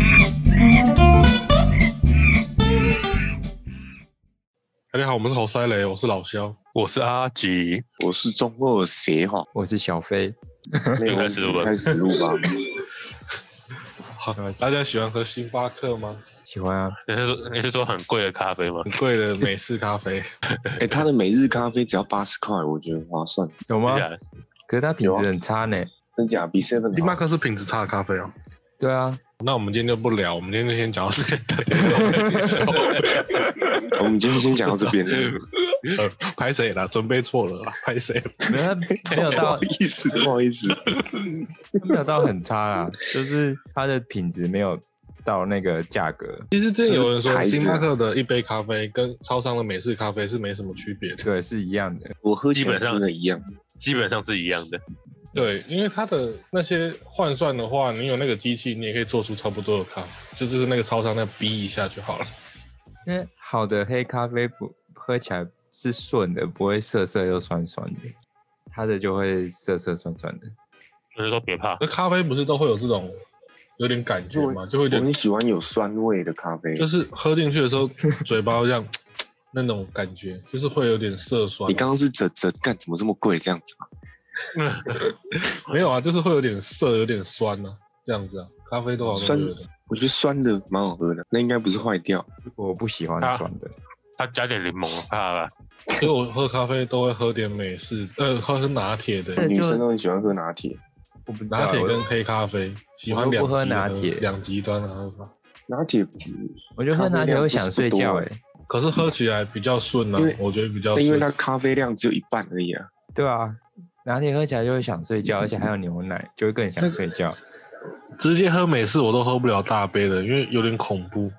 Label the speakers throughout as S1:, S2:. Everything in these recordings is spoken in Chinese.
S1: 大哎家好，我们是好塞雷，我是老肖。
S2: 我是阿吉，
S3: 我是中二邪 哈，
S4: 我是小飞，
S3: 内
S2: 开始录了
S3: 容开始录 吧。
S1: 好，大家喜欢喝星巴克吗？
S4: 喜欢啊，
S2: 你是说你是说很贵的咖啡吗？
S1: 很贵的美式咖啡，
S3: 哎、他的每日咖啡只要八十块，我觉得很划算，
S4: 有
S2: 听
S4: 吗
S2: 起？来
S4: 可是它品质很差呢。
S3: 真假比 seven
S1: 星巴
S3: 好。
S1: 克是品质差的咖啡哦。
S4: 对啊，
S1: 那我们今天就不聊，我们今天就先讲到这个。
S3: 我们今天先讲到这 边，
S1: 呃 拍谁啦？准备错了啦，拍谁？
S4: 没有它没有
S3: 不好
S4: 到
S3: 意思，不好意思，
S4: 没有到很差啦，就是它的品质没有到那个价格，
S1: 其实之前有人说，
S3: 就是牌子啊
S1: 星巴克的一杯咖啡跟超商的美式咖啡是没什么区别的。
S4: 对，是一样的。
S3: 我喝起
S2: 基
S3: 来
S2: 本上
S3: 真的一样。
S2: 基本上是一样的。
S1: 对，因为它的那些换算的话，你有那个机器，你也可以做出差不多的咖啡，就就是那个超商那逼一下就好了。
S4: 因为好的黑咖啡不喝起来是顺的，不会涩涩又酸酸的，它的就会涩涩酸酸的。
S2: 我是说别怕，
S1: 那咖啡不是都会有这种有点感觉嘛，就会有
S3: 我
S1: 点
S3: 很喜欢有酸味的咖啡。
S1: 就是喝进去的时 候，嘴巴这样那种感觉，就是会有点涩酸啊
S3: 你。刚刚是折折干，怎么这么贵这样子啊？
S1: 没有啊，就是会有点涩，有点酸啊，这样子啊。咖啡多少都
S3: 酸
S1: 会有点
S3: 我觉得酸的蛮好喝的，那应该不是坏掉。
S4: 我不喜欢
S2: 啊
S4: 酸的，
S2: 他加点柠檬怕了。
S1: 所以我喝咖啡都会喝点美式，呃，喝拿铁的，
S4: 那
S3: 女
S4: 就
S3: 生都很喜欢喝拿铁，
S4: 我不知
S1: 拿
S4: 道。
S1: 铁
S4: 我
S1: 跟黑咖啡，喜
S4: 我
S1: 欢
S4: 都
S1: 两
S4: 不
S1: 极
S4: 喝
S1: 的
S4: 拿铁
S1: 两极端的喝法。
S3: 拿铁
S4: 我觉得喝拿铁会想睡
S3: 咖
S4: 觉
S3: 啡量
S4: 哎、
S3: 不
S1: 可是喝起来比较顺啊
S3: 因为，
S1: 我觉得比较
S3: 因
S1: 顺
S3: 为它。咖啡量只有一半而已啊。
S4: 对啊，拿铁喝起来就会想睡觉，而且还有牛奶，就会更想睡觉。
S1: 直接喝美式我都喝不了大杯的，因为有点恐怖，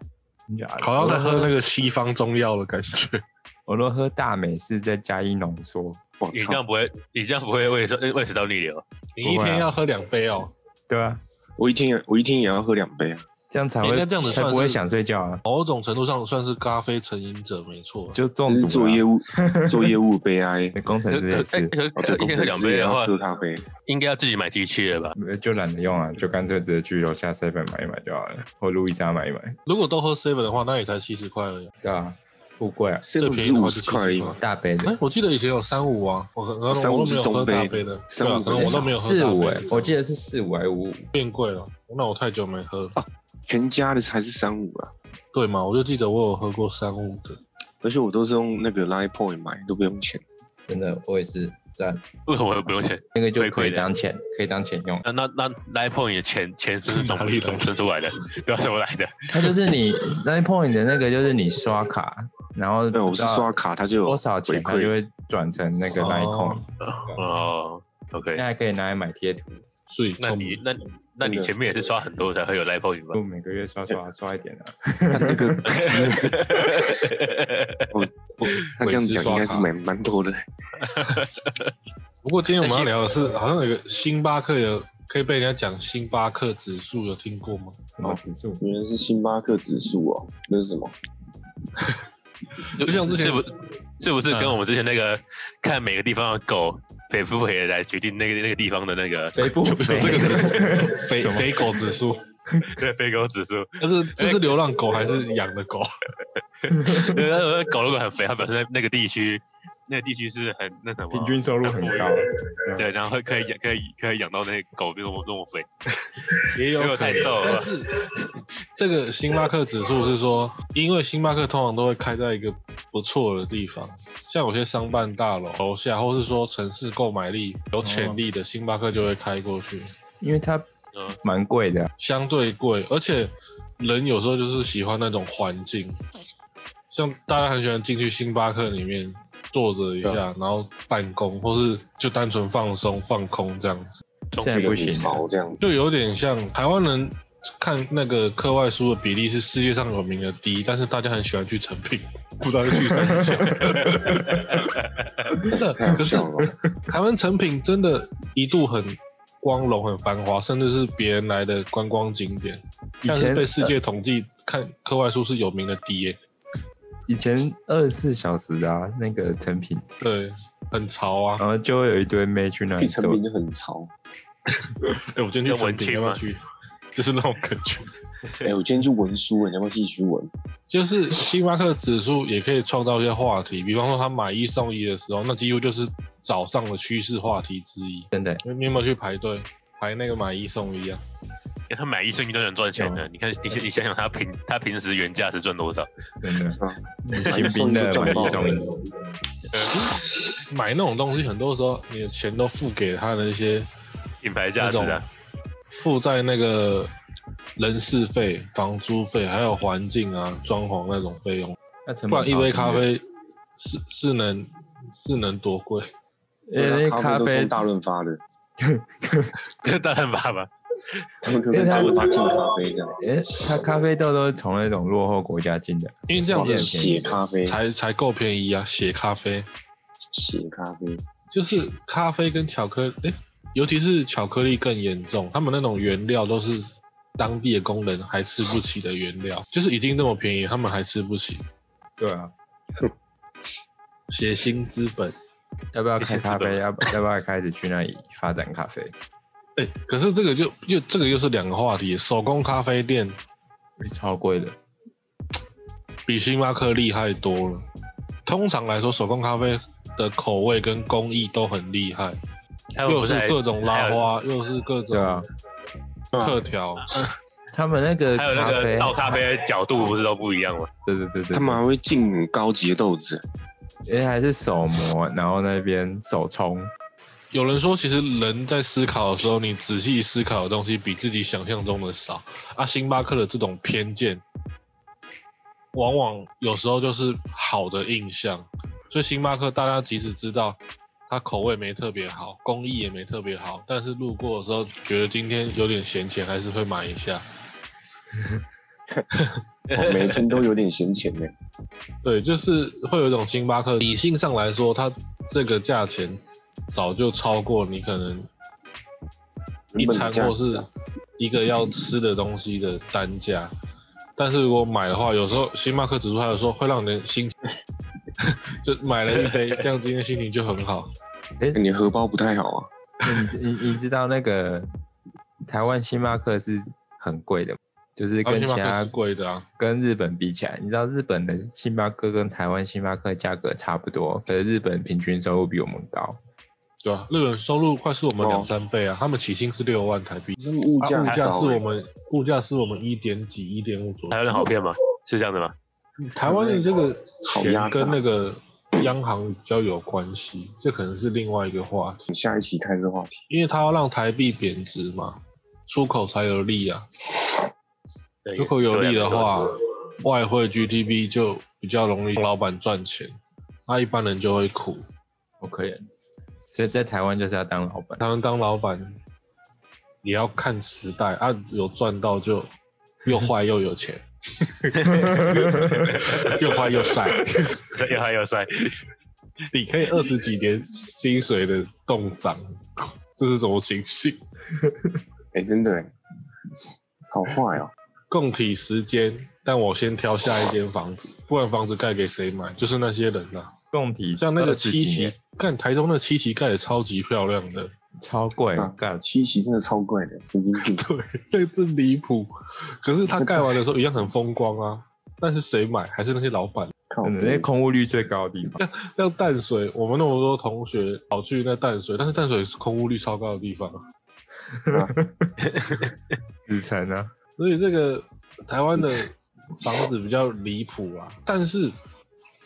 S4: 真假的
S1: 好像在喝那
S4: 啊我都
S1: 个西方中药的感觉。
S4: 啊我都喝大美式，再加一浓缩。
S3: 我
S2: 你这
S3: 操！
S2: 样不会，你这样不会胃酸胃食道逆流。
S1: 你一天要喝两杯哦。
S4: 对啊，
S3: 我一天也我一天也要喝两杯啊。
S4: 这样才
S1: 应
S4: 会
S1: 该这样子
S4: 才
S1: 算
S4: 不会
S1: 是哦
S4: 想睡觉啊，
S1: 某种程度上算是咖啡成瘾者，没错。
S4: 就中
S3: 这是
S4: 毒
S3: 做
S4: 了
S3: 业
S4: 啊。
S3: 务做业务悲哀。
S4: 工程师也是，
S2: 可
S3: 哦，对，
S2: 一
S3: 工
S2: 天喝
S3: 程
S2: 两
S3: 师
S2: 杯
S3: 也
S2: 的
S3: 要
S2: 话，
S3: 喝咖啡。
S2: 应该要自己买机器了吧？
S4: 呃就懒得用了，就干脆直接去楼下 seven 买一买就好了，或路易莎买一买。
S1: 如果都喝 seven 的话，那也才七十块而已。
S4: 对啊，富贵啊，
S3: 这个不
S1: 便宜
S3: 是
S1: 的话
S3: 五
S1: 是
S3: 十块而已
S1: 70
S3: 吗？
S4: 大杯
S1: 哎、
S4: 的
S1: 我记得以前有三五啊，我可能我
S3: 35
S1: 都没有喝大
S3: 是中杯
S1: 杯的，对啊，
S3: 35
S1: 可能我都没有喝
S4: 四
S1: 大
S4: 五
S1: 杯
S4: 哎
S1: 的。，
S4: 我记得是四五还是五，
S1: 变贵了，那我太久没喝，
S3: 全家的才是三五啊，
S1: 对嘛？我就记得我有喝过三五的，
S3: 而且我都是用那个 Line Point 买，都不用钱。
S4: 真的我也是赞，
S2: 为什么不用钱？
S4: 那个就
S2: 亏
S4: 可
S2: 亏
S4: 以
S2: 的
S4: 当钱，可以当钱用。
S2: 那那那 l i p o n 的钱钱真是从
S1: 哪
S2: 哪
S1: 里
S2: 里
S1: 来的
S2: 从存出来 的？不要说我来的，
S4: 它就是你 Line Point 的那个，就是你刷卡，然后
S3: 对，啊我是
S4: 不知道
S3: 刷卡，它就有
S4: 多少
S3: 回
S4: 钱，啊它就
S3: 馈。
S4: 会转成那个
S1: 哦
S4: Line Coin，
S2: 哦，OK
S4: 那。还可以拿来买贴图，
S1: 所以
S2: 那
S1: 从
S2: 你那那你
S3: 真的
S2: 前面也是刷很多才会有 l i p o n 吧
S4: 就？每个月刷刷刷一点啊。
S3: 它那 个，他这样讲应该是蛮蛮多的。
S1: 不过今天我们要聊的是，好像有个星巴克有可以被人家讲星巴克指数，有听过吗？
S4: 什
S3: 哦
S4: 么指数？
S3: 原来是星巴克指数哦，那是什么？
S1: 就像之前
S2: 是不是不是
S1: 嗯
S2: 跟我们之前那个看每个地方的狗肥不肥来决定那个那个地方的那个
S4: 肥 不肥？
S1: 这个指
S4: 什
S1: 数，肥
S4: 么
S1: 肥狗指数，
S2: 对肥狗指数？
S1: 但是这是流浪狗还是养的狗？
S2: 因为那个狗如果很肥，它表示那那个地区那个地区是很那什么
S4: 平均收入很 高，
S2: 对，然后会可以养可以可以养到那个狗这么这么肥，
S1: 也有
S2: 因为我
S1: 可能
S2: 太瘦了
S1: 但是这个星巴克指数是说，因为星巴克通常都会开在一个不错的地方，像有些商办大楼楼下，或是说城市购买力有潜力的星巴克就会开过去，
S4: 因为它
S2: 嗯，
S4: 蛮贵的，啊
S1: 相对贵，而且人有时候就是喜欢那种环境，像大家很喜欢进去星巴克里面坐着一下，然后办公，或是就单纯放松放空这样子。
S2: 中
S4: 现在
S2: 间
S4: 不行啊了。
S3: 潮这样子，
S1: 就有点像台湾人看那个课外书的比例是世界上有名的第一，但是大家很喜欢去成品，不知道是去什么想。真的，
S3: 太好
S1: 可是
S3: 笑了。
S1: 台湾成品真的一度很光荣、很繁华，甚至是别人来的观光景点，
S4: 以
S1: 但是
S4: 前
S1: 被世界统计看课外书是有名的第一耶，
S4: 呃以前二十四小时的啊，那个成品，
S1: 对，很潮啊。
S4: 然后就会有一堆妹去那里
S3: 去成
S4: 走
S3: 品，就很潮，
S1: 哎、我今天去成品要不要去？就是那种感觉，
S3: 哎、我今天去文书，你要不要继续文？
S1: 就是星巴克指数也可以创造一些话题，比方说他买一送一的时候，那几乎就是早上的趋势话题之一。
S4: 真的，
S1: 你你有没有去排队排那个买一送一啊？
S2: 欸他买一送一都能赚钱的。你看，你你想想他平他平时原价是赚多少？
S4: 真的
S3: 啊，
S4: 你新兵的买一送一，
S1: 买那种东西，很多时候你的钱都付给他的一些
S2: 品牌价值
S1: 那
S2: 啊
S1: 种，付在那个人事费、房租费，还有环境啊、装潢那种费用，
S4: 那成
S1: 不
S4: 本
S1: 然一杯咖
S4: 超低的，
S1: 啡是是能是能多贵？
S4: 因为
S3: 对啊咖
S4: 咖
S3: 都
S4: 啡
S3: 送大润发的，
S2: 当然爸爸，
S3: 他们可能大润发进咖啡这样，
S4: 诶，它咖啡豆都是从那种落后国家进的，
S1: 因为这样
S4: 哇
S1: 子
S4: 很便宜
S3: 血咖啡，
S1: 才才够便宜啊！血咖啡
S3: 血咖啡，
S1: 就是咖啡跟巧克力，诶尤其是巧克力更严重，他们那种原料都是当地的工人还吃不起的原料，就是已经这么便宜，他们还吃不起，
S4: 对啊，
S1: 血腥资本。
S4: 要不要开咖
S2: 谢谢
S4: 啡？要不要不要开始去那里发展咖啡？
S1: 哎、可是这个就又这个又是两个话题，手工咖啡店
S4: 超贵的，
S1: 比星巴克厉害多了。通常来说，手工咖啡的口味跟工艺都很厉害，
S2: 他们
S1: 又
S2: 不是
S1: 是
S2: 还
S1: 各种拉，
S2: 还有嗯
S1: 花，又是各
S4: 对啊
S1: 种，特调，
S4: 他们那个
S2: 还有
S4: 咖
S2: 那
S4: 啡
S2: 个，倒咖啡的角度不是都不一样吗？
S4: 对对对对，
S3: 他们还会进很高级的豆子，
S4: 因为还是手磨，然后那边手冲，
S1: 有人说，其实人在思考的时候，你仔细思考的东西比自己想象中的少。啊，星巴克的这种偏见，往往有时候就是好的印象。所以星巴克大家即使知道它口味没特别好，工艺也没特别好，但是路过的时候觉得今天有点闲钱，还是会买一下。
S3: 哦每天都有点闲钱 呢。
S1: 对，就是会有一种星巴克，理性上来说，它这个价钱早就超过你可能一
S3: 原本的
S1: 餐
S3: 价
S1: 或
S3: 值
S1: 是
S3: 啊
S1: 一个要吃的东西的单价。但是如果买的话，有时候星巴克指数还有说会让人心情， 就买了一杯，这样今天心情就很 好。
S3: 你荷包不太好 啊，
S4: 你你你知道那个台湾星巴克是很贵的，就是跟
S1: 啊
S4: 其
S1: 星巴克
S4: 他
S1: 是贵的啊，
S4: 跟日本比起来，你知道日本的星巴克跟台湾星巴克价格差不多，可是日本平均收入比我们高，
S1: 对吧、啊日本收入快是我们
S3: 哦
S1: 两三倍啊，他们起薪是六万台币，
S3: 那物
S1: 啊
S3: 价
S1: 物
S3: 很
S1: 价
S3: 高
S1: 是
S3: 欸
S1: 我们物价是我们一点几、一点五左右
S2: 台。湾人好骗吗？是这样的吗？
S1: 台湾的这个
S3: 好压
S1: 钱
S3: 榨
S1: 跟那个央行比较有关系，这可能是另外一个话题，
S3: 下一期开这话题，
S1: 因为它要让台币贬值嘛，出口才有利啊。
S2: 对啊
S1: 出口有利的，话
S2: 有两个，
S1: 外汇 GDP 就比较容易让老板赚钱，那一般人就会苦。
S4: 好可怜。所以在台湾就是要当老 板，
S1: 台湾当老板也要看时代啊，有赚到就又坏又有钱， 又坏又晒。
S2: 又还有塞，
S1: 你可以二十几年薪水的动涨，这是什么情绪？
S3: 哎、真的、欸，好坏哦、
S1: 供体时间，但我先挑下一间房子，不然房子盖给谁买？就是那些人呐、啊
S4: 共体
S1: 像那个
S4: 20几
S1: 七
S4: 年
S1: 期，看台中那七期盖的超级漂亮的，
S4: 超贵，
S3: 啊
S4: 干
S3: 七夕真的超贵的，神经病。
S1: 对， 那真离谱。可是它盖完 的时候一样很风光啊，但是谁买？还是那些老板。
S3: 靠
S4: 真的那
S3: 背
S4: 空屋率最高的地方，
S1: 像淡水，我们那么多同学跑去那淡水，但是淡水是空屋率超高的地方啊，
S4: 子城啊，
S1: 所以这个台湾的房子比较离谱啊。但是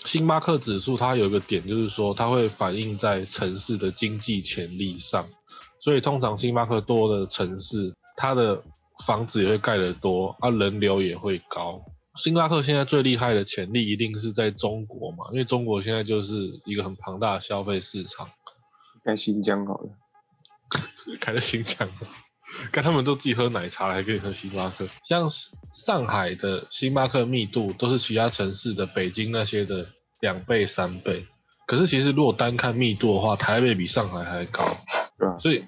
S1: 星巴克指数它有一个点，就是说它会反映在城市的经济潜力上，所以通常星巴克多的城市，它的房子也会盖得多，啊，人流也会高。星巴克现在最厉害的潜力一定是在中国嘛，因为中国现在就是一个很庞大的消费市场，
S3: 在新疆好了，
S1: 开在新疆的，看他们都自己喝奶茶，还可以喝星巴克。像上海的星巴克密度都是其他城市的北京那些的两倍三倍，可是其实如果单看密度的话，台北比上海还高，
S3: 对吧、
S1: 所以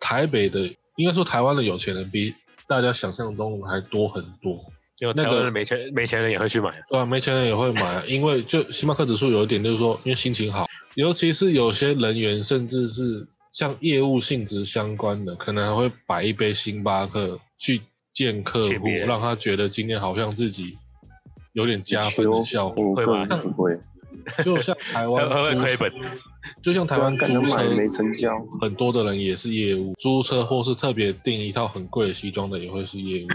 S1: 台北的应该说台湾的有钱人比大家想象中还多很多。
S2: 因为台湾人没钱，没钱人也会去买啊。
S1: 对啊，没钱人也会买，因为就星巴克指数有一点就是说，因为心情好，尤其是有些人员甚至是像业务性质相关的，可能还会摆一杯星巴克去见客
S2: 见
S1: 户，
S2: 面
S1: 让他觉得今天好像自己有点加分的效果。
S3: 我
S2: 会
S3: 个
S2: 吗
S3: 人是不会。
S1: 就像台湾
S2: 会会
S1: 租
S2: 亏本
S1: 就像台湾
S3: 对啊干
S1: 租
S3: 得
S1: 车
S3: 买没成交，
S1: 很多的人也是业务，租车或是特别订一套很贵的西装的也会是业务。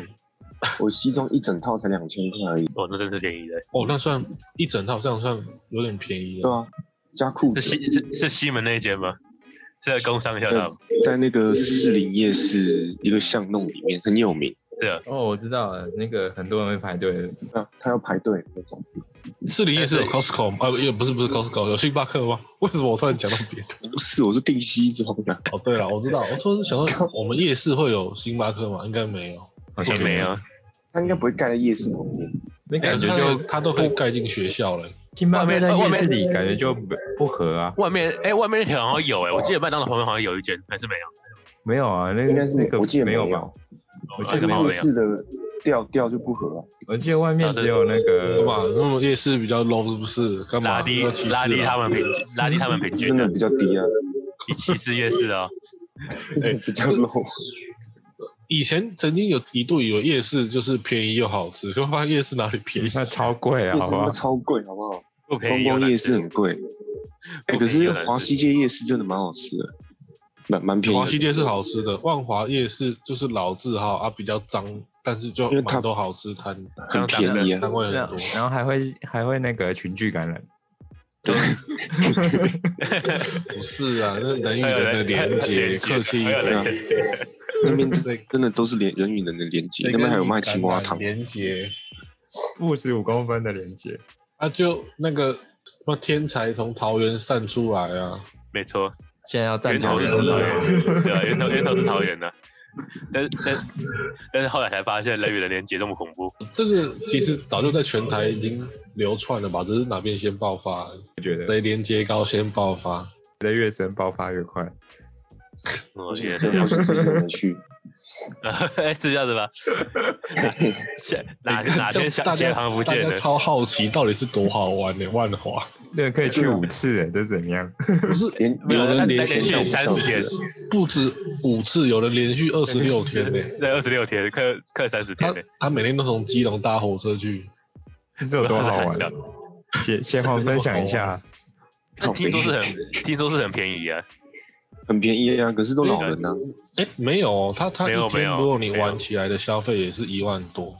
S3: 我西装一整套才两千块而已。
S2: 哦，那真是便宜的。
S1: 哦，那算一整套，这样算有点便宜
S3: 对
S1: 了。
S3: 啊，加裤
S2: 是
S3: 子，
S2: 西是是西门那一间吗？是在工商一下道吗？
S3: 在那个士林夜市一个巷弄里面很有名。
S4: 哦，我知道了，那个很多人会排队，
S3: 对啊，他要排队那种。
S1: 士林夜市有
S2: 哎对
S1: Costco 吗？啊，也不是不是 Costco，有星巴克吗？ 为什么我突然讲到别的？
S3: 不是，我是订西装啊的。
S1: 哦，对了，我知道，我突然想 到，我们夜市会有星巴克吗？应该没有，
S4: 好
S2: 好像没有。啊
S3: 他应该不会盖在夜市旁边。
S4: 那
S1: 可
S4: 感
S1: 哎是呃
S4: 觉
S1: 它
S4: 就
S1: 它都可以盖进学校了。
S4: 星巴克在
S2: 外面
S4: 夜市里感觉就不不合啊。
S2: 外面哎、外面那条好像有哎、我记得麦当劳旁边好像有一间，还是没有？
S4: 没有啊，那个
S3: 应该是
S4: 那个
S3: 我记得
S4: 没有
S3: 没有
S4: 吧？
S2: 哦我
S4: 记得
S3: 那
S2: 好
S3: 个
S2: 像
S3: 夜
S2: 啊没有。
S3: 市的调调就不合啊。
S4: 我记得外面
S2: 啊对
S4: 只有那
S1: 干嘛
S4: 个，？
S1: 那么夜市比较 low 是不是？干嘛
S2: 拉低
S1: 要歧视啊
S2: 拉低他们平均，拉低他们平均
S3: 真的
S2: 的，
S3: 比较低啊，
S2: 比歧视夜市啊、
S3: 比较 low。
S1: 以前曾经有一度以为夜市就是便宜又好吃， 就发现夜市哪里便宜？
S4: 那超贵
S3: 夜
S4: 啊，
S3: 市
S4: 好不
S3: 他
S4: 好
S3: 妈？超贵，好不好？
S2: 不便
S3: 观
S2: 宜。啊
S3: 光夜市
S2: 是
S3: 很贵，哎，可是华西街夜市真的蛮好吃的，蛮蛮便宜 的。
S1: 华西街是好吃的，万华夜市就是老字号啊，比较脏，但是就
S3: 因为它
S1: 蛮多好吃摊，
S3: 很便宜啊
S1: 摊，位很
S4: 然
S1: 多
S4: 后。然后还会还会那个群聚感染，
S1: 不是啊，那人与人的连接，客气一
S3: 对
S1: 点
S3: 啊。那边真的都是连人与人的连接，那边还有卖青蛙汤，
S1: 连接
S4: 负十五公分的连接，
S1: 啊，就那个什么天才从桃园散出来啊，
S2: 没错，
S4: 现在要站
S2: 源
S4: 起来
S2: 头是
S4: 吃
S2: 从桃
S4: 了
S2: 园，对啊，源头源头是桃园的、但是但但是后来才发现人与人连接这么恐怖，
S1: 这个其实早就在全台已经流窜了吧，只是哪边先爆发而已，
S4: 我觉得
S1: 谁连接高先爆发。
S4: 的越深爆发越快。
S2: 我
S3: 我
S2: 觉得
S3: 觉
S2: 哦是
S3: 得
S2: 这
S3: 好
S2: 样，
S3: 想自己回去。
S2: 哎 是这样子吧？ 哪哪哪天小
S1: 大
S2: 小
S1: 家
S2: 航不见
S1: 大
S2: 了
S1: 家？超好奇到底是多好玩的、万华，
S4: 那个可以去五次
S3: 啊
S4: 哎，这怎么样？
S1: 不是
S3: 连
S2: 没有
S1: 有人
S2: 那
S1: 连
S2: 连
S1: 续
S2: 续三十天，
S1: 不止五次，有人连续二十六天呢、
S2: 对，二十六天，快快三十天
S1: 他
S2: 了，
S1: 他每天都从基隆搭火车去，
S4: 这是有多好 玩
S2: 开玩？
S4: 先先黄分享一下，
S2: 但
S3: 靠
S2: 听
S3: 北
S2: 说是很听说是很便宜啊，
S3: 很便宜啊，可是都老人啊，
S1: 哎、没有哦，他他
S2: 没
S1: 一
S2: 有
S1: 天
S2: 没有
S1: 如果你
S2: 没有
S1: 玩起来的消费也是一万多，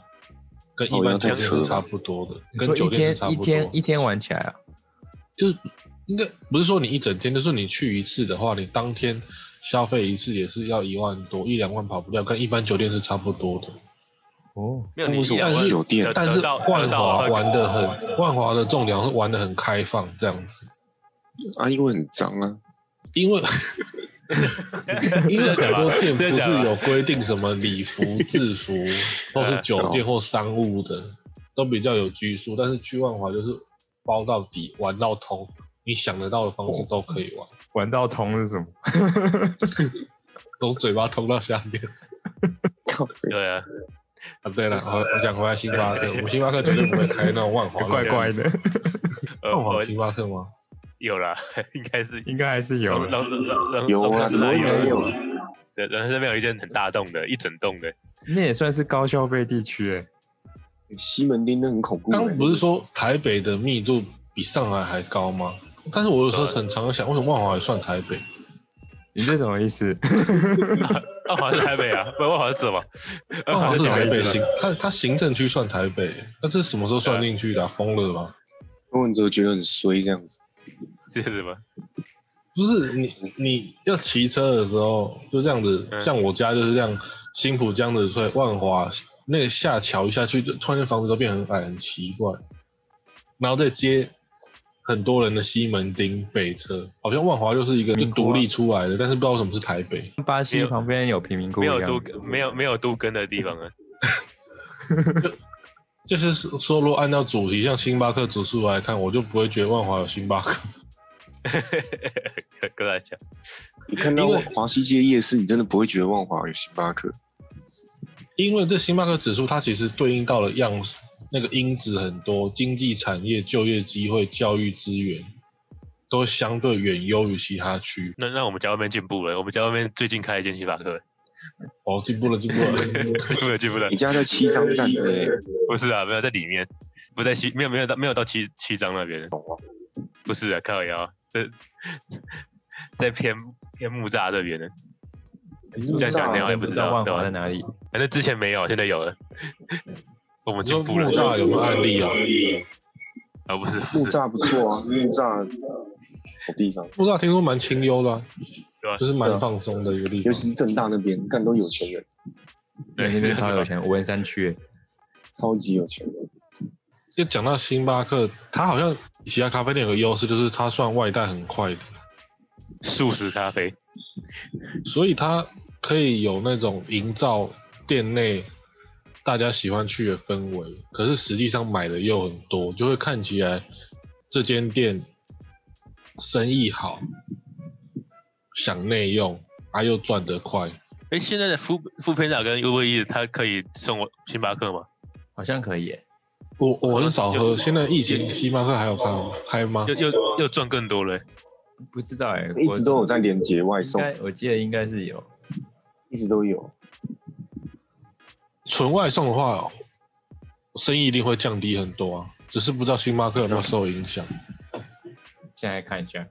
S1: 跟一
S3: 哦
S1: 般
S3: 要
S1: 酒店
S3: 太扯
S1: 是
S3: 了
S1: 差不多的，
S4: 你
S1: 跟
S4: 说
S1: 酒
S4: 一
S1: 店
S4: 天
S1: 是差
S4: 一
S1: 不多。
S4: 天一天玩起来啊？
S1: 就是应该不是说你一整天，就是你去一次的话，你当天消费一次也是要一万多，一两万跑不掉，跟一般酒店是差不多的。
S4: 哦，
S2: 没有
S3: 那
S2: 你
S3: 为什么
S2: 两
S3: 不
S2: 万
S3: 是酒店
S2: 得？
S1: 但是
S2: 得到
S1: 万
S2: 得到
S1: 华
S2: 二十
S1: 玩的很，万华的重点是玩的很开放这样子，
S3: 啊，因为很脏啊，
S1: 因为 因为很
S2: 真的假
S1: 多
S2: 的
S1: 店
S2: 真
S1: 不
S2: 的假
S1: 是
S2: 的
S1: 有规定什么礼服、制 服，或
S4: 哎
S1: 是酒店或商务的，都比较有拘束。但是去万华就是包到底，玩到通，你想得到的方式都可以玩，
S4: 玩到通是什么？
S1: 从嘴巴通到下 面。
S3: 靠北
S2: 对啊，
S1: 啊，对了，我我讲回来星巴克，我们星巴克绝对不会开那种万华的
S4: 哎 怪怪的，
S2: 呃，
S1: 万华有
S2: 我
S1: 星巴克吗？
S2: 有啦，应该是
S4: 应该还是有
S2: 龙。龙龙龙
S3: 有啊，
S2: 龙
S3: 怎
S2: 山那
S3: 么会
S2: 有
S3: 没有？
S2: 对，龙山那边有一间很大栋的，一整栋的，
S4: 那也算是高消费地区哎。
S3: 西门町那很恐
S4: 嗯
S3: 怖欸，
S1: 刚不是说台北的密度比上海还高吗？但是我有时候很常在想，为什么万华也算台北？
S4: 你这什么意思？
S2: 万华是台北啊，不，万华是什么？
S4: 哦
S1: 万华是
S2: 什么
S1: 台
S2: 意
S1: 北
S4: 啊
S2: 思？
S1: 行，它它行政区算台北，那这是什么时候算进去的啊、疯了吧？
S3: 柯文哲觉得很衰这样子，
S2: 这是什么？
S1: 不是你你要骑车的时候就这样子，
S2: 嗯
S1: 像我家就是这样，新浦这样子，所以万华那个下桥一下去，就突然间房子都变很矮，很奇怪。然后再接很多人的西门町北侧，好像万华就是一个就
S4: 民国啊
S1: 独立出来的，但是不知道为什么是台北。
S4: 巴西旁边有贫民窟
S2: 没
S4: 一
S2: 有
S4: 样
S2: 都，没有没有都根的地方啊，
S1: 就是说，如果按照主题，像星巴克指数来看，我就不会觉得万华有星巴克。
S2: 跟大家讲，
S3: 你看到
S1: 因为
S3: 华西街夜市，你真的不会觉得万华有星巴克，
S1: 因为这星巴克指数，它其实对应到了样那个因子很多，经济产业、就业机会、教育资源，都相对远优于其他区。
S2: 那那我们家外面进步了，我们家外面最近开一间星巴克，
S1: 哦，进步了，进步了。
S2: 进步了，进步了
S3: 你。家在七张站之类，
S2: 不是啊，没有在里面，不在七，没有没有到没有到七七张那边。不是啊，靠腰，这在偏偏木栅这边的，
S4: 你
S2: 这样讲好像也不知道
S4: 万
S2: 对吧
S4: 华在哪里。
S2: 反正之前没有，现在有了。我们
S1: 你说
S2: 进
S1: 木
S2: 步了
S1: 栅有没有案例啊？
S2: 啊，不是不
S3: 木
S2: 是，
S3: 栅不错啊，木栅好地方，
S1: 木栅听说蛮清幽的啊、
S2: 对啊
S1: 就是蛮放松的一个地
S3: 尤
S1: 方。
S3: 其是正大那边，干都有钱人，
S4: 对，那边超有钱，文山区。
S3: 超级有钱人。
S1: 就讲到星巴克，它好像比其他咖啡店有个优势，就是它算外带很快的，
S2: 素食咖啡，
S1: 所以它可以有那种营造店内大家喜欢去的氛围。可是实际上买的又很多，就会看起来这间店生意好，想内用，啊又赚得快。
S2: 哎，现在的富富佩达跟 Uber E 它可以送我星巴克吗？
S4: 好像可以耶，
S1: 我我很少
S2: 有
S1: 喝，现在疫情星巴克还有开开吗
S2: 又？又又赚更多了 欸，
S4: 不知道哎，
S3: 一直都有在连接外
S4: 应
S3: 送，
S4: 该我记得应该是有，
S3: 一直都有。
S1: 纯外送的话，生意一定会降低很多啊。只是不知道星巴克有没有受影响，
S4: 现在看一下。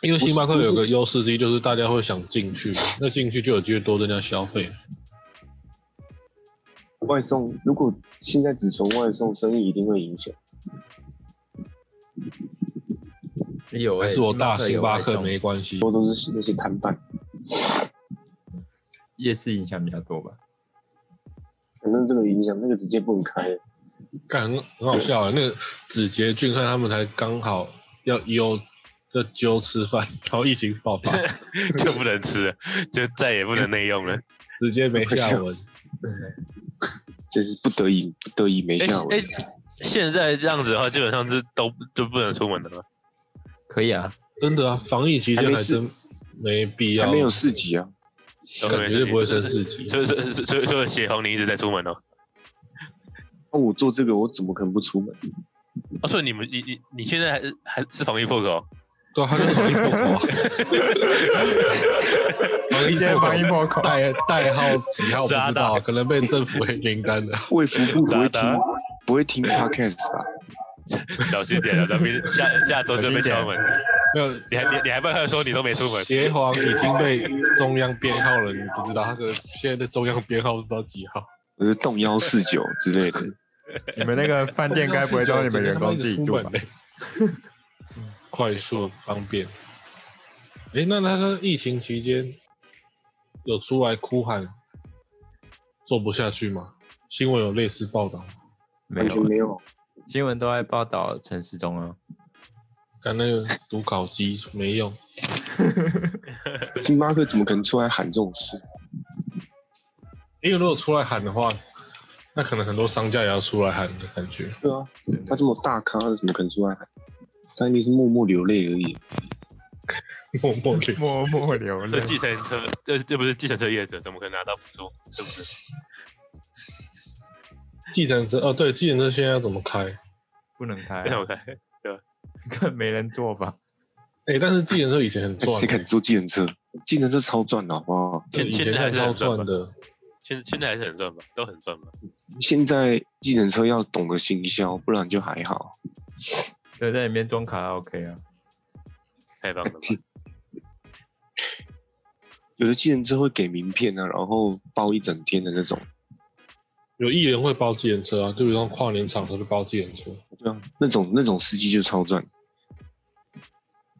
S1: 因为星巴克
S3: 不是
S1: 有个优势之一就是大家会想进去，那进去就有机会多增加消费。
S3: 外送如果现在只从外送，生意一定会影响。
S4: 有
S1: 还
S4: 哎，
S1: 是我大星巴克
S4: 有外
S1: 没
S4: 送
S1: 关系，
S3: 多都是那些摊贩，
S4: 夜市影响比较多吧？
S3: 反正这个影响，那个直接不能开。
S1: 干很很好笑啊！那个子杰俊汉他们才刚好要邀要揪吃饭，然后疫情爆 发，
S2: 就不能吃了，就再也不能内用了。
S1: 直接没下文。
S3: 这是不得已，不得已没
S2: 哎
S3: 下文。
S2: 哎，现在这样子的话，基本上是都都不能出门的了。
S4: 可以啊，
S1: 真的啊，防疫期间
S3: 还没
S1: 还
S3: 事
S1: 真没必要，
S3: 还没有市集啊，
S2: 都
S1: 感
S2: 没
S1: 觉就不会
S2: 所以
S1: 生四级。
S2: 所以所以所以所以血红你一直在出门哦。
S3: 那我做这个，我怎么可能不出门？
S2: 啊，所以你们你你你现在还是还是防疫破口？
S1: 对啊，他就是防疫破 口啊，防疫破口
S4: 破口
S1: 代代号几号不知
S2: 渣
S1: 道啊，
S2: 打
S1: 可能被政府黑名单的。
S3: 卫福部不会
S2: 咋
S3: 听
S2: 的，
S3: 不会听 podcast 吧？
S2: 小心点啊，咱们下下周就被敲门。
S1: 没有，
S2: 你还你你还不要说你都没出门？
S1: 邪皇已经被中央编号了，你不知道他可能现在的中央编号不知道几号。
S3: 我是动幺四九之类的，
S4: 你们那个饭
S1: 今天 他妈一直出门嘞？快速方便。哎，那那他疫情期间有出来哭喊做不下去吗？新闻有类似报道吗，
S4: 没
S3: 完全
S4: 有，
S3: 没有。
S4: 新闻都在报道陈世忠啊，
S1: 但那个读考机没用。
S3: 星巴克怎么可能出来喊这种事？
S1: 因为如果出来喊的话，那可能很多商家也要出来喊的感觉。
S3: 对啊
S4: 真，的
S3: 他这么大咖，他怎么可能出来喊？他一定是默默流泪而已。
S1: 默 默的，
S4: 默默流
S2: 这计程车这这不是计程车业者，怎么可能拿到补助？是不是？
S1: 计程车哦，对，计程车现在要怎么开？
S4: 不能开
S2: 没
S4: 啊，
S2: 有开，
S4: 看 没人做吧？
S1: 哎，但是计程车以前很赚
S3: 谁敢
S1: 欸，
S3: 坐计程车？计程车超赚的好不好？
S1: 对
S2: 现
S1: 以前
S2: 现在
S1: 那
S2: 还是
S1: 超
S2: 很赚
S1: 赚的。
S2: 现现在还是很赚吧，都很赚吧。
S3: 现在计程车要懂得行销，不然就还好。
S4: 对，在里面装卡拉 OK 啊，
S2: 太棒了吧！
S3: 有的计程车会给名片啊，然后包一整天的那种。
S1: 有艺人会包计程车啊，就比如说跨年场合就包计程车。
S3: 对啊，那种那种司机就超赚，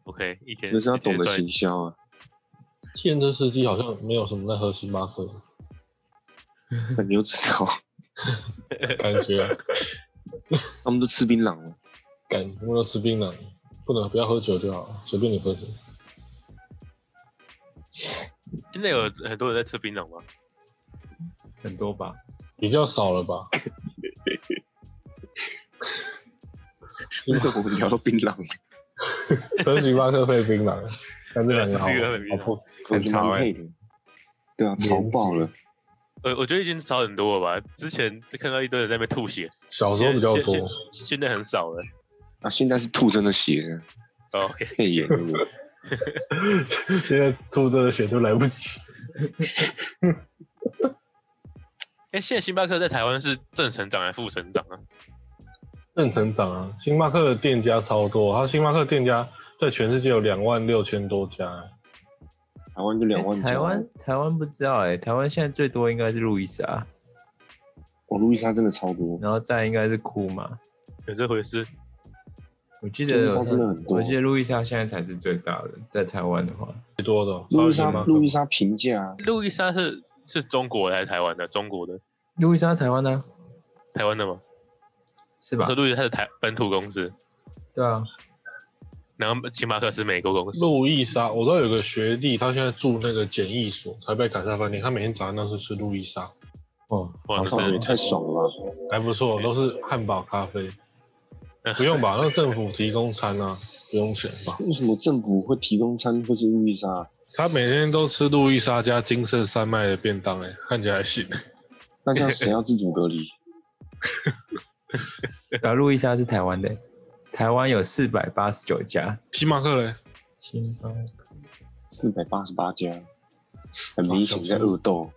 S2: OK，一天
S3: 就是要懂得
S2: 一天
S3: 行销啊。
S1: 计程车司机好像没有什么在喝星巴克，
S3: 那你又知道，
S1: 感觉 啊
S3: 他们都吃槟榔 了。
S1: 感觉都吃槟榔，不能不要喝酒就好了，随便你喝什么。
S2: 赚现在有很多人在吃槟榔吗？
S4: 很多吧？
S1: 比较少了 吧？
S3: 为什么我们聊到槟榔？
S1: 喝星巴克配槟榔，啊但这两个好
S2: 这个很明
S1: 好
S2: 显
S1: 不
S4: 很潮欸
S3: 哎、对啊，超爆了。
S2: 呃，我觉得已经少很多了吧。之前就看到一堆人在那边吐血，
S1: 小时候比较
S2: 现
S1: 多，
S2: 现 现现在很少了。
S3: 啊，现在是吐真的 血，
S2: 哦 OK，
S3: 肺炎。
S1: 现在出这个血都来不及。
S2: 为哎现在星巴克在台湾是正成长还是负成长啊？
S1: 正成长啊！星巴克的店家超多，它星巴克店家在全世界有两万六千多家、啊
S3: 台湾就 两万啊
S4: 诶
S3: 家。
S4: 哎台湾台湾不知道哎、台湾现在最多应该是路易莎，
S3: 我路易莎真的超多，
S4: 然后再应该是库玛。
S2: 有这回事？
S4: 我记
S3: 路
S4: 得
S3: 易莎真的很多
S4: 我记得路易莎现在才是最大的，在台湾的话，
S1: 最多的哦。
S3: 路易
S1: 还
S3: 莎
S1: 有星巴克
S3: 路易莎平价
S2: 路易莎是是中国的还是台湾的？中国的，
S4: 路易莎台湾呢、
S2: 台湾的吗？
S4: 是
S2: 我
S4: 吧
S2: 说？路易莎是台本土公司，
S4: 对啊，
S2: 然后星巴克是美国公司。
S1: 路易莎，我知道有个学弟，他现在住那个简易所，台北凯撒饭店，他每天早上都是吃路易莎，
S4: 哦，
S2: 哇
S3: 啊，
S2: 塞
S3: 靠，也太爽了吧！
S1: 还不错，都是汉堡咖 啡。不用吧？那政府提供餐啊，不用钱吧？
S3: 为什么政府会提供餐或是路易莎？啊
S1: 他每天都吃路易莎加金色山脉的便当、欸，看起来还行。
S3: 那这样谁要自主隔离？
S4: 然后啊路易莎是台湾的、台湾有四百八十九家。
S1: 星巴克嘞？
S4: 星巴克
S3: 四百八十八家，很明显在恶斗。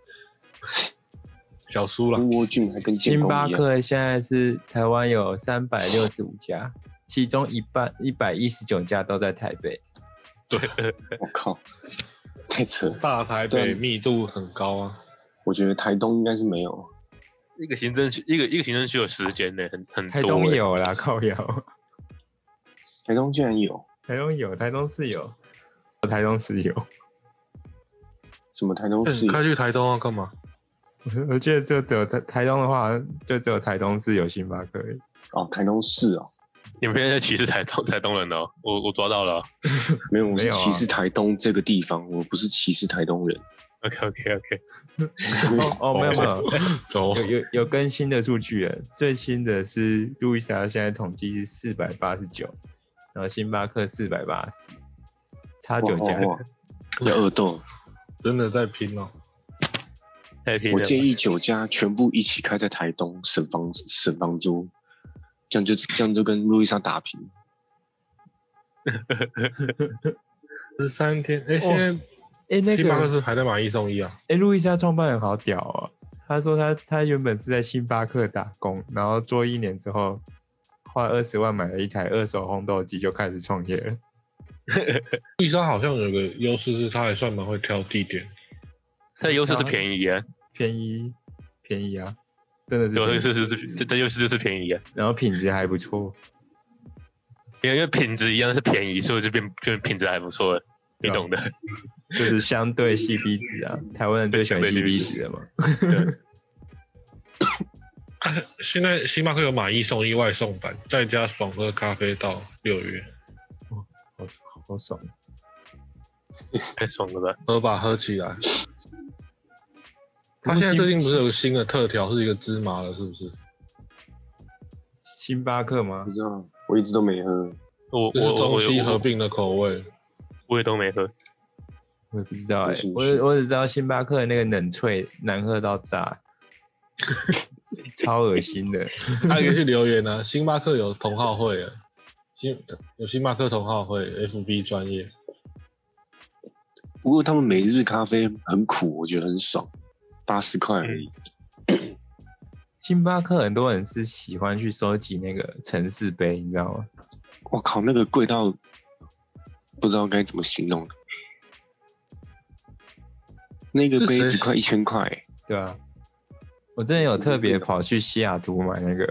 S1: 小苏啦，
S3: 乌窝菌还跟建
S4: 啊星
S3: 工
S4: 巴
S3: 一样，
S4: 克现在是台湾有三百六十五家，其中一半一百一十九家都在台北。
S3: 我靠，太扯了！
S1: 大台北
S3: 对
S1: 密度很高啊。
S3: 我觉得台东应该是没有，
S2: 一个行政区，一个一个行政区有时间呢、很很多、欸
S4: 台东，有啦，靠有，
S3: 台东竟然有
S4: 台东有，台东是有，台东是有。
S3: 什么台东
S1: 那
S3: 市
S1: 哎
S4: 嗯
S1: 你开去台东要干嘛？
S4: 我记得就只有台台东的话，好像就只有台东是有星巴克而已。
S3: 哦，台东市哦，
S2: 你们现在歧视台东台东人哦，我我抓到了哦、
S3: 没有，我
S4: 没
S3: 是
S4: 有啊
S3: 歧视台东这个地方，我不是歧视台东人。
S2: OK OK OK，
S4: 哦哦，没有没有，
S1: 走，
S4: 有有有更新的数据了，最新的是路易莎现在统计是四百八十九，然后星巴克四百八十，差九家。
S3: 哇哇哇要恶斗，
S1: 真的在拼哦。
S2: 太拼了
S3: 我建议酒家全部一起开在台东，省房省房租，这样就这样就跟路易莎打平。
S1: 十三天，哎、现在
S4: 哎、那
S1: 星巴克
S4: 个
S1: 是还在买一送一啊？
S4: 哎、路易莎创办人好屌哦，他说他他原本是在星巴克打工，然后做一年之后，花二十万买了一台二手烘豆机，就开始创业了。
S1: 丽莎好像有个优势是，她还算蛮会挑地点。
S2: 它的优势是便宜啊，
S4: 便宜，便宜啊，真的是
S2: 有
S4: 便
S2: 优
S4: 宜。
S2: 势是是这这优势就是便宜啊，
S4: 然后品质还不错，
S2: 因为因为品质一样是便宜，所以就变就品质还不错了，你
S4: 对啊
S2: 懂的。
S4: 就是相对 CP 值啊，台湾人最喜欢
S2: 对相对
S4: CP 值了嘛。
S1: 现在星巴克有买一送一外送版，再加爽喝咖啡到六月，
S4: 好好爽，
S2: 太爽了吧！
S1: 喝吧，喝起来。他现在最近不是有个新的特调，是一个芝麻的，是不是？
S4: 星巴克吗
S3: 不？知道，我一直都没喝。
S2: 我
S1: 就是
S2: 我我
S1: 中西合
S2: 我
S1: 并的口 味。
S2: 我也都没喝，
S4: 我也不知道哎、
S3: 没兴趣
S4: 我只我只知道星巴克的那个冷萃难喝到炸， 超恶心的。
S1: 大家可以去留言啊，星巴克有同好会了，星有星巴克同好会，FB 专业。
S3: 不过他们每日咖啡很苦，我觉得很爽，八十块而已。
S4: 嗯星巴克很多人是喜欢去收集那个城市杯，你知道吗？
S3: 我靠，那个贵到不知道该怎么形容。那个
S1: 是
S3: 杯
S1: 谁
S3: 只快一千块、
S4: 对啊，我之前有特别跑去西雅图买那个，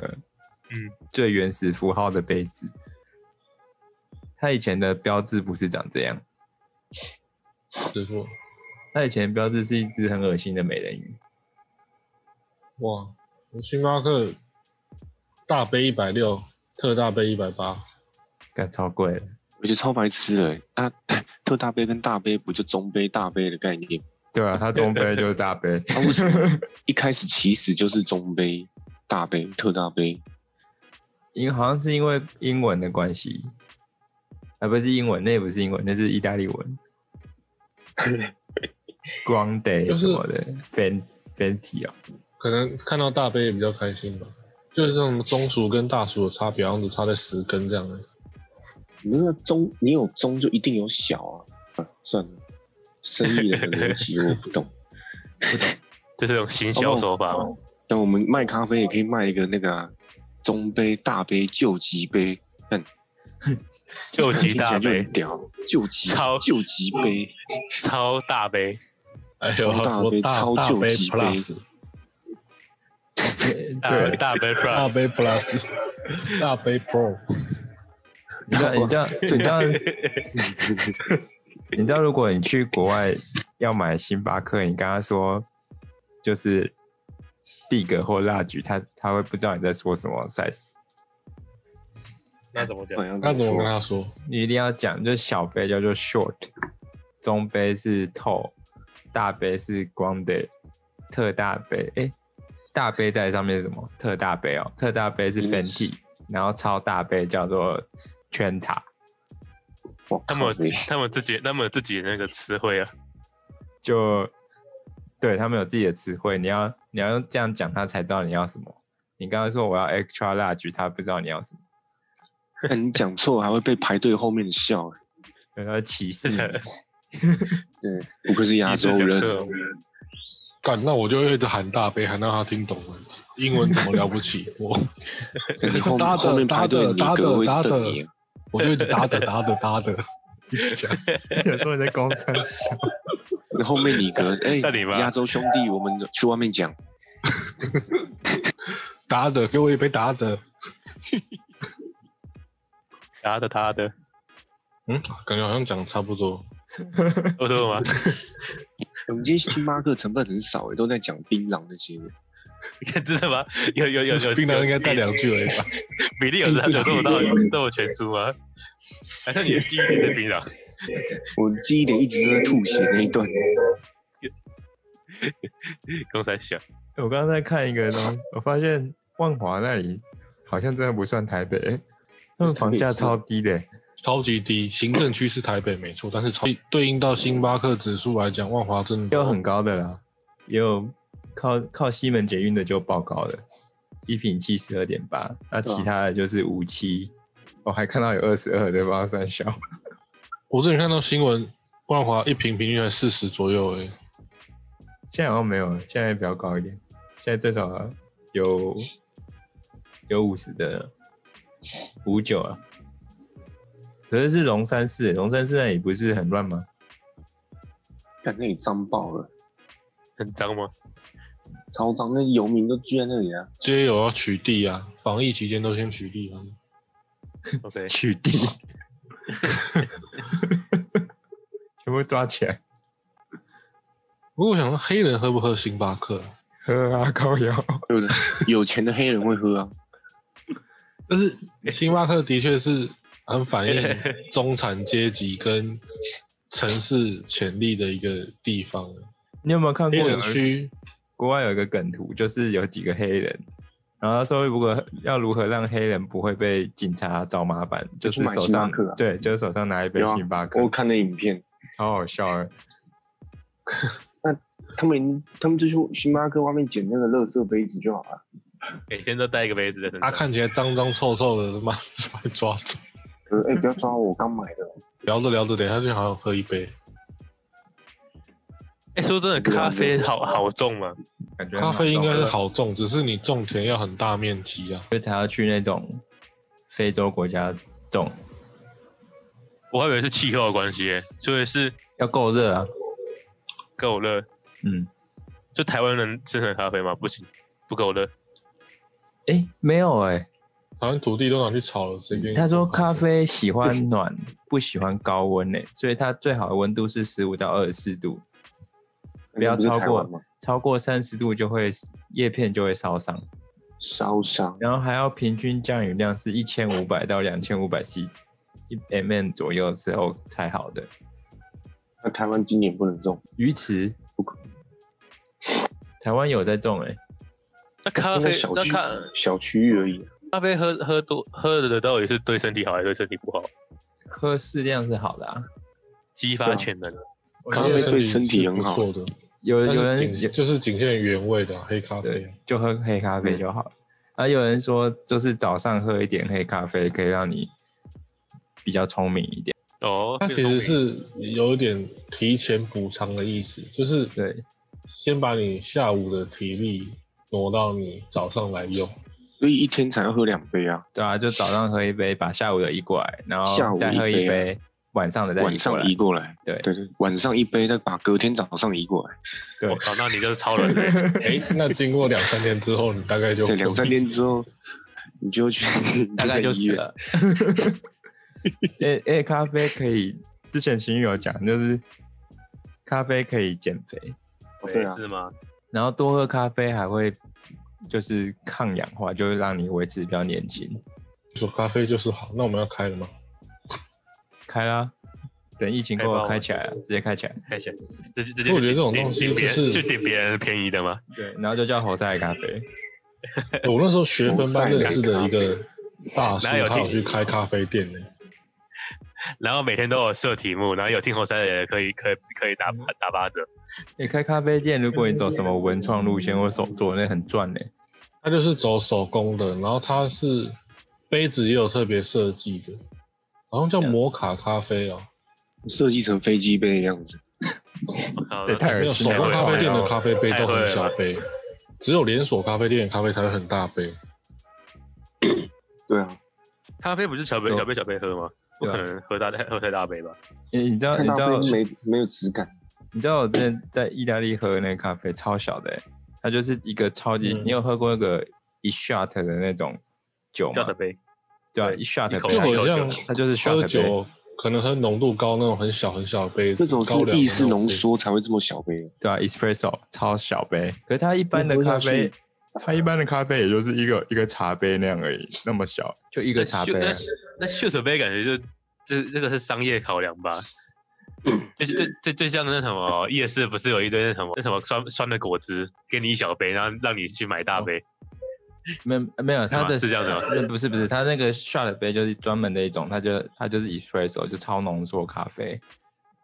S2: 嗯，
S4: 最原始符号的杯子，它以前的标志不是长这样，
S1: 师傅，
S4: 它以前的标志是一只很恶心的美人鱼。
S1: 哇，星巴克大杯一百六，特大杯一百八，
S4: 干超贵了，
S3: 我觉得超白痴的、欸。啊，特大杯跟大杯不就中杯大杯的概念？
S4: 对啊，它中杯就是大杯，
S3: 它、为 什么一开始其实就是中杯、大杯、特大杯？
S4: 因好像是因为英文的关系，啊，不是英文，那也不是英文，那是意大利文，grande
S1: 就是
S4: 什么的，fan fancy 哦，
S1: 可能看到大杯也比较开心吧。就是这种中薯跟大薯的差别，好像只差在十根这样的。
S3: 你那个中，你有中就一定有小啊！啊，算了， 生意人的逻辑我不懂。
S2: 这是种行销手法
S3: 好
S2: 嘛
S3: 不好？但我们卖咖啡也可以卖一个那个啊、中杯、大杯、救急杯，
S2: 救急大
S3: 听起来就
S2: 杯
S3: 很，屌，救急
S2: 超
S3: 救急杯，
S2: 超大杯，
S1: 还有
S3: 超大
S1: 什么
S3: 杯
S1: 哎大
S3: 超
S1: 大
S3: 救
S1: 杯
S3: 急杯
S1: plus
S2: 大
S4: 对，啊
S2: 大 杯 plus
S1: 大杯 plus 大杯 pro，
S4: 你知道你知道你知 道你知道，如果你去国外要买星巴克，你跟他说就是地格或蜡菊，他他会不知道你在说什么 size。
S2: 那怎么讲
S3: 好？像
S1: 那怎么跟他说？
S4: 你一定要讲，就是小杯叫做 short，中杯是 tall，大杯是 grande，特大杯，诶，大杯在上面是什么？特大杯哦，特大杯是
S3: 嗯
S4: Fenty，然后超大杯叫做圈塔，
S3: 哇
S2: 他们有
S3: 靠北
S2: 他们自己他们有自己的那个词汇啊，
S4: 就对他们有自己的词汇，你要你要用这样讲，他才知道你要什么。你刚刚说我要 extra large，他不知道你要什么，
S3: 那你讲错还会被排队后面笑、欸，
S4: 对他会歧视你。
S3: 对，不愧是亚洲
S2: 一直讲
S3: 人，
S2: 课
S1: 干，那我就一直喊大杯，喊到他听懂了。英文怎么了不 起？我
S3: 你后
S1: 搭
S3: 面
S1: 的
S3: 后面排队，你
S1: 搭的
S3: 哥会
S1: 搭的
S3: 瞪你欸，
S1: 我就一直打的打的打的， 一直讲。
S4: 有时候你在公车，
S3: 那后面你 哥，哎、
S2: 那你吧
S3: 亚洲兄弟，我们去外面讲，哎
S1: 打的，给我一杯打的。
S2: 他的他的，
S1: 嗯，感觉好像讲得差不多。
S2: 我说吗？
S3: 我们今天星巴克成分很少、欸，都在讲槟榔那些，
S2: 真的吗？有有有 有，
S1: 槟榔应该带
S2: 有
S1: 两句而已吧？
S2: 比例 有有这么大有这么全书吗？还是你的记忆里的槟榔？
S3: 我记忆点一直都在吐血那一段，
S2: 刚才想，
S4: 我刚刚在看一个东西，我发现万华那里好像真的不算台北、欸他们房价超低的、欸
S1: 超级低，行政区是台北没错，但是超对应到星巴克指数来讲，万华真
S4: 也
S1: 的
S4: 有很高的啦，也有靠靠西门捷运的就爆高了，一品七十二点八，那其他的就是五七、我还看到有二十二的，不知道算小。
S1: 我之前看到新闻，万华一瓶平均才四十左右诶、
S4: 现在好像没有了，现在比较高一点，现在最少有有五十的五九啊，可是是龙山寺，欸龙山寺那里不是很乱吗？
S3: 感那里脏爆了，
S2: 很脏吗？
S3: 超脏，那游民都聚在那里啊，
S1: 街友要取缔啊，防疫期间都先取缔啊。
S2: OK，
S4: 取缔， 全部抓起来
S1: 不过我想说，黑人喝不喝星巴克、啊？
S4: 喝啊高油，
S3: 有的有钱的黑人会喝啊，
S1: 但是星巴克的确是很反映中产阶级跟城市潜力的一个地方啊。
S4: 你有没有看
S1: 黑
S4: 过
S1: 人
S4: 有一
S1: 区
S4: 国外有一个梗图，就是有几个黑人，然后他说如果要如何让黑人不会被警察找麻烦，就
S3: 就是去买
S4: 手
S3: 星巴
S4: 上、
S3: 克啊
S4: 对，就是手上拿一杯
S3: 有啊
S4: 星巴克，
S3: 我看那影片，
S4: 超好笑的。
S3: 他们他们就去星巴克外面捡那个垃圾杯子就好了，
S2: 每天都带一个杯子哎在身
S1: 他
S2: 上。
S1: 啊看起来脏脏臭臭的，他妈把你抓走。
S3: 呃，哎、不要抓我，我刚买的，
S1: 聊着聊着，等一下就好像喝一杯。
S2: 哎，说真的，咖啡好好重吗？
S4: 感觉
S1: 咖啡应该
S4: 蛮
S1: 是
S4: 重的，
S1: 好种，只是你种田要很大面积啊。
S4: 所以才要去那种非洲国家种，
S2: 我还以为是气候的关系耶，所以是
S4: 要够热啊。
S2: 够热。
S4: 嗯，
S2: 就台湾人生产咖啡吗？不行，不够热。
S4: 诶，没有诶。
S1: 好像土地都拿去炒了，随便。
S4: 他说咖啡喜欢暖，不喜欢高温诶，所以它最好的温度是十五到二十四度，不要
S3: 那是
S4: 超
S3: 台
S4: 过
S3: 湾吗？
S4: 超过三十度就会叶片就会烧伤，
S3: 烧伤，
S4: 然后还要平均降雨量是一千五百到两千五百 c 一 mm 左右之后才好的。
S3: 那台湾今年不能种，
S4: 鱼池
S3: 不可，
S4: 台湾有在种诶。欸
S2: 那咖
S3: 应
S2: 啡
S3: 该小，
S2: 那
S3: 区呃
S2: 咖
S3: 小区域而已、啊
S2: 咖啡喝喝多喝的到底是对身体好还是对身体不好？
S4: 喝适量是好的啊。
S2: 激
S3: 啊
S2: 发潜能，
S3: 咖啡对身体很
S1: 是
S3: 好
S1: 不错的，
S4: 有有
S1: 但是
S4: 人
S1: 仅
S4: 有
S1: 就是仅限于原味的啊黑咖啡
S4: 对，，就喝黑咖
S3: 嗯
S4: 啡就好了。啊，有人说就是早上喝一点黑咖啡，可以让你比较聪明一点。
S2: 哦，
S1: 它其实是有一点提前补偿的意思，就是
S4: 对，
S1: 先把你下午的体力挪到你早上来用。
S3: 所以一天才要喝两杯啊，
S4: 对啊，就早上喝一杯，把下午的移过来，然
S3: 下
S4: 后
S3: 午
S4: 再
S3: 一
S4: 喝
S3: 杯啊
S4: 一杯，晚上的再
S3: 晚
S4: 移过
S3: 上
S4: 来
S3: 移。过来，
S4: 对
S3: 对对，晚上一杯，再把隔天早上移过来，
S4: 对
S2: 我靠，那你就是超人类。
S1: 哎、那经过两三天之后，你大概就
S3: 在两三天之后，你就 去
S4: 大概
S3: 就
S4: 就
S3: 在医
S4: 死
S3: 院。
S4: 了。诶诶，咖啡可以，之前行宇有讲，就是咖啡可以减肥，
S3: 对啊
S2: 是吗？
S4: 然后多喝咖啡还会就是抗氧化，就会让你维持比较年轻。
S1: 说咖啡就是好。那我们要开了吗？
S4: 开啦，等疫情
S2: 开吧
S4: 后
S2: 我
S4: 开起来啊，直接开起来。
S2: 太闲，这这
S1: 可
S2: 这，
S1: 我觉得这种东西
S2: 顶顶别人
S1: 就是
S2: 就顶别人便宜的吗？
S4: 对，然后就叫侯赛咖啡。
S1: 我那时候学分班认识的一
S3: 我晒
S1: 个大叔
S2: 哪有，
S1: 他有
S2: 听
S1: 去开咖啡店呢、
S2: 然后每天都有设题目，然后有听侯赛的人可以可以可以
S3: 嗯
S2: 打打八折。
S4: 你哎开咖啡店，如果你走什么文创路线或手作，那很赚嘞、
S1: 他就是走手工的，然后他是杯子也有特别设计的，好像叫摩卡咖啡哦、
S3: 设计成飞机杯的样子，
S2: 我靠
S4: 这太
S1: 没有
S4: 是
S1: 手
S4: 的
S1: 工咖啡
S4: 哦
S1: 店的咖啡杯
S2: 太
S1: 都
S2: 哎会
S1: 很
S2: 了
S1: 小杯，只有连锁咖啡店的咖啡才会很大杯。
S3: 对啊，
S2: 咖啡不是小杯小杯小杯喝吗？不可能喝大喝太大杯吧？
S4: 啊哎你你知道
S3: 太
S4: 你
S3: 大
S4: 知道
S3: 杯没没有质感，
S4: 你知道我之前在意大利喝的那个咖啡超小的、欸，它就是一个超级，
S1: 嗯
S4: 你有喝过那个一 shot 的那种酒
S2: 叫
S4: 吗
S2: 小？杯，
S4: 对啊，
S2: 对
S4: 一 shot
S2: 一口
S1: 就
S4: 的
S1: 很
S2: 有
S1: 像
S2: 酒
S4: 它就是
S1: 喝
S4: shot 杯，
S1: 酒，可能喝浓度高那种很小很小的杯子，
S3: 那种
S1: 高
S3: 是
S1: 粱
S3: 意式
S1: 的那种
S3: 浓缩才会这么小杯。
S4: 对啊，espresso 超小杯，可是它一般的
S3: 你喝
S4: 咖
S3: 下去
S4: 啡，它一般的咖啡也就是一个一个茶杯那样而已，那么小，就一
S2: 一
S4: 个茶杯啊、
S2: 那秀酒杯感觉就这这个是商业考量吧？就是这这就像那什么夜市不是有一堆那什么那什么酸酸的果汁，给你一小杯，然后让你去买大
S4: 哦
S2: 杯。
S4: 没有呃没有，它
S2: 吗
S4: 的呃
S2: 是这样子吗
S4: 不是不是，它那个 shot 杯就是专门的一种，它就它就是 espresso 就超浓缩咖啡，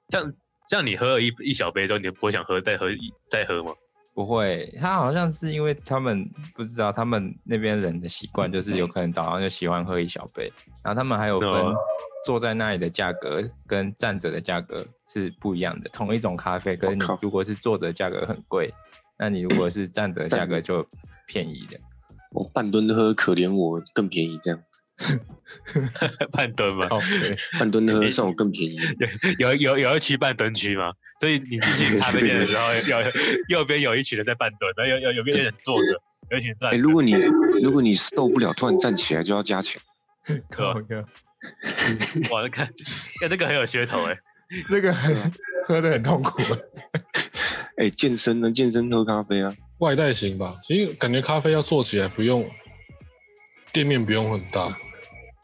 S2: 这样这样你喝了一一小杯之后，你就不会想喝再喝一再喝吗？
S4: 不会，他好像是因为他们不知道他们那边人的习惯，就是有可能早上就喜欢喝一小杯，然后他们还有分
S2: 哦
S4: 坐在那里的价格跟站着的价格是不一样的。同一种咖啡，可是你
S3: 我靠
S4: 如果是坐着的价格很贵，那你如果是站着的价
S3: 站
S4: 格就便宜 的。
S3: 我哦半吨喝，可怜我更便宜，这 样
S2: 半吨吗？
S4: 哦，对，
S3: 半吨喝算我更便 宜。
S4: 啊
S2: 有有有一区半吨区嘛，所以你进 去咖啡店的时候，有右边有一群人在半蹲，然后有有有边人坐着，有一群人站
S3: 哎、
S2: 着。
S3: 如果你如果你受不了，突然站起来就要加钱。
S2: 靠 哇，那看，看这个很有噱头哎，
S4: 这个很喝的很痛苦。
S3: 哎、健身呢？健身喝咖啡啊？
S1: 外带型吧。其实感觉咖啡要做起来不用店面不用很大，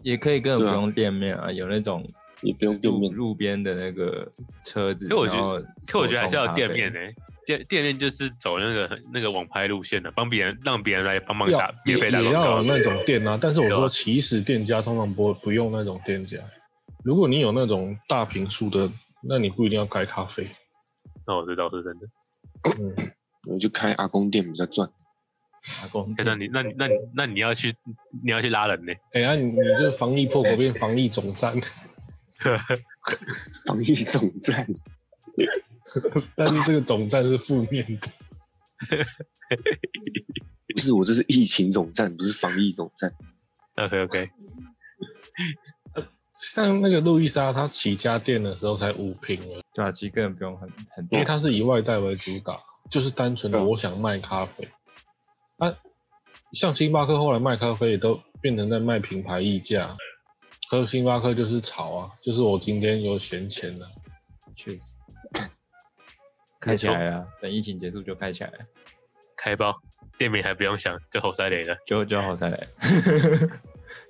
S4: 也可以根本
S3: 对
S4: 不
S3: 啊
S4: 用店面啊，有那种
S3: 也不用店
S4: 路
S3: 面，
S4: 路边的那个车子，
S2: 可我觉
S4: 然后
S2: 得，可我觉得还是要
S4: 手
S2: 有
S4: 冲
S2: 店
S4: 咖啡
S2: 面哎，店店面就是走那个那个网拍路线的，帮别人让别人来帮忙打
S1: 要也
S2: 免费打
S1: 也
S2: 广
S1: 要有
S2: 告。
S1: 那种店啊。但是我
S2: 对
S1: 说，
S2: 啊
S1: 起始店家通常不不用那种店家。如果你有那种大平数的，那你不一定要开咖啡。
S2: 那我知道哦是真的。
S1: 嗯，
S3: 我就开阿公店比较赚。
S4: 打工
S2: 哎那你那你那你那你要去你要去拉人呢？
S1: 哎、呀、你你这防疫破口变防疫总站，
S3: 防疫总站，
S1: 但是这个总站是负面的。
S3: 不是我这是疫情总站，不是防疫总站。
S2: OK OK，
S1: 像那个路易莎，她起家店的时候才五平而已，
S4: 对啊，其实根本不用很很
S1: 因
S4: 多
S1: 为。它是以外带为主打，就是单纯的
S4: 啊
S3: 嗯
S1: 我想卖咖啡。啊，像星巴克后来卖咖啡也都变成在卖品牌溢价，喝星巴克就是炒啊，就是我今天有闲钱了、
S4: 确实，开起来了，等疫情结束就开起来了，
S2: 开包店名还不用想，就侯赛雷 了。
S4: 就就好再来。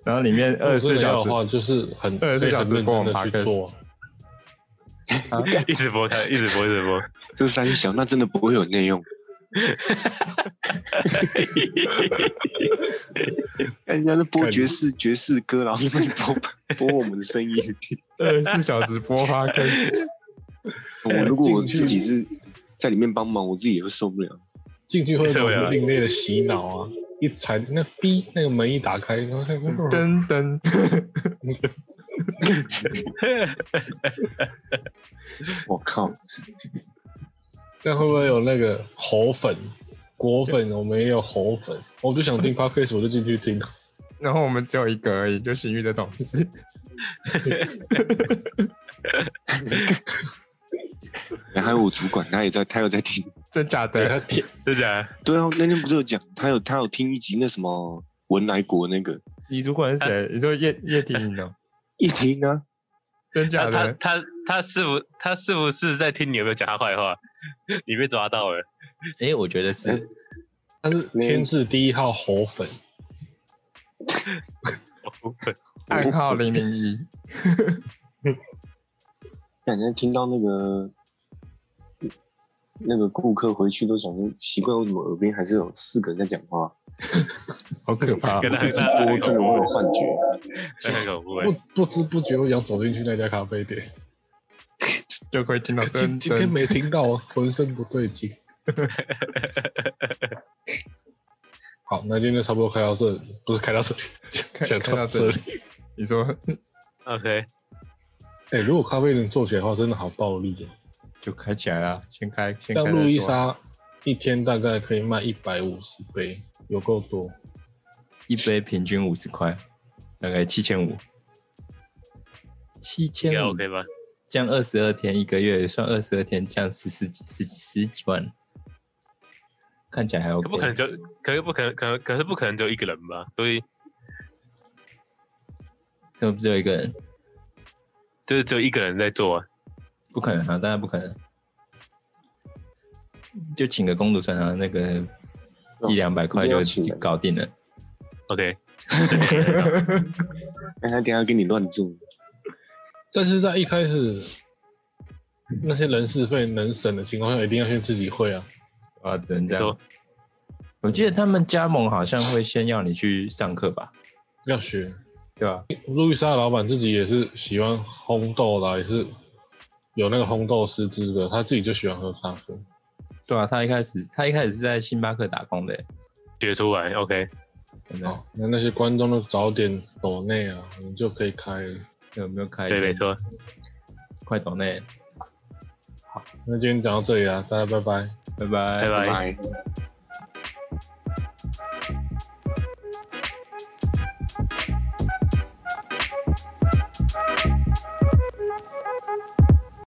S4: 然后里面二十四
S1: 真的
S4: 小
S1: 要
S4: 时
S1: 的 话就是很
S4: 24
S1: 对
S4: 小
S1: 很
S4: 时
S1: 认
S4: 播我
S1: 真的
S4: 们
S1: 去
S4: podcast
S1: 做啊。
S2: 一 直播开，一直播，一直播。
S3: 这三小那真的不会有内用。 看哎人家那播爵士爵士歌，然后那边播播我们的声音。
S4: 二十四小时播花跟
S3: 我如果我
S1: 进去
S3: 自己是在里面帮忙，我自己也会受不了。
S1: 进去会有
S2: 受不了
S1: 种另类的洗脑啊！一踩那 B 那个门一打开，然后看
S4: 噔噔，
S3: 我靠，
S1: 这样会不会有那个猴粉？果粉，我们也有红粉，我就想听 podcast，我就进去听。
S4: 然后我们只有一个而已，就邢玉的董事。
S3: 哎还有我主管，他也在，他有在听。
S4: 真假
S1: 对，他
S4: 的？
S1: 听
S2: 真假的？
S3: 对啊，那天不是有讲，他有他有听一集那什么文莱国那个，
S4: 你主管是谁？你说叶叶婷颖哦？
S3: 一听啊，
S4: 真假
S2: 他他
S4: 的？
S2: 他他是不他是不是在听你有没有讲他坏话？你被抓到了，
S4: 哎，我觉得是
S1: 他是天赐第一号红粉，
S4: 暗号零零一。
S3: 感觉听到那个那个顾客回去都想说，奇怪，为什么耳边还是有四个人在讲话？
S4: 好可怕
S2: 跟！他哎
S3: 一直播真的会有幻觉。
S2: 那很恐怖 哎
S1: 不。不知不觉我想走进去那家咖啡店，
S4: 就可以听到
S1: 可今
S4: 噔
S1: 今天
S4: 噔，
S1: 没听到，啊浑身不对劲。好，那今天就差不多开到这里，不是开到这里，
S4: 开
S1: 讲
S4: 开
S1: 到
S4: 到
S1: 这
S4: 这
S1: 里
S4: 里。你说
S2: OK，
S1: 哎、如果咖啡能做起来的话，真的好暴利哦。
S4: 就开起来啦，先开先开
S1: 像
S4: 再
S1: 路易
S4: 说啊
S1: 莎一天大概可以卖一百五十杯，有够多。
S4: 一杯平均五十块，大概七千五，七
S2: 应该
S4: 千五
S2: OK 吧？
S4: 降二十二天，一个月算二十二天，降十十几十十几万，看起来还 OK。
S2: 可不可能就
S1: 嗯
S2: 可是不可能，可能可是不可能只有一个人吧？所以
S4: 这不只有一个人，
S2: 就是只有一个人在做啊。
S4: 不可能啊，当然不可能。就请个工读生啊，那个
S3: 哦
S4: 一两百块
S3: 一定
S4: 就
S3: 要请的
S4: 搞定了。
S2: OK，
S3: 那哎他等一下给你乱做，
S1: 但是在一开始那些人事费能省的情况下，一定要先自己会啊。
S4: 啊，只能这
S2: 你
S4: 样
S2: 说。
S4: 我记得他们加盟好像会先要你去上课吧，
S1: 要学。
S4: 对吧？
S1: 路易莎的老板自己也是喜欢烘豆啦，也是有那个烘豆师资格，他自己就喜欢喝咖啡。
S4: 对啊，他一开始他一开始是在星巴克打工的欸，
S2: 学出来 OK，
S4: 真的
S2: 哦
S1: 好，哦那那些观众都早点抖内啊，我们就可以开了。
S4: 有没有开？
S2: 对，没，错，
S4: 快懂内，
S1: 那今天讲到这里啊，大家拜拜。
S4: 拜拜
S3: 哎
S2: 拜拜。
S3: 拜。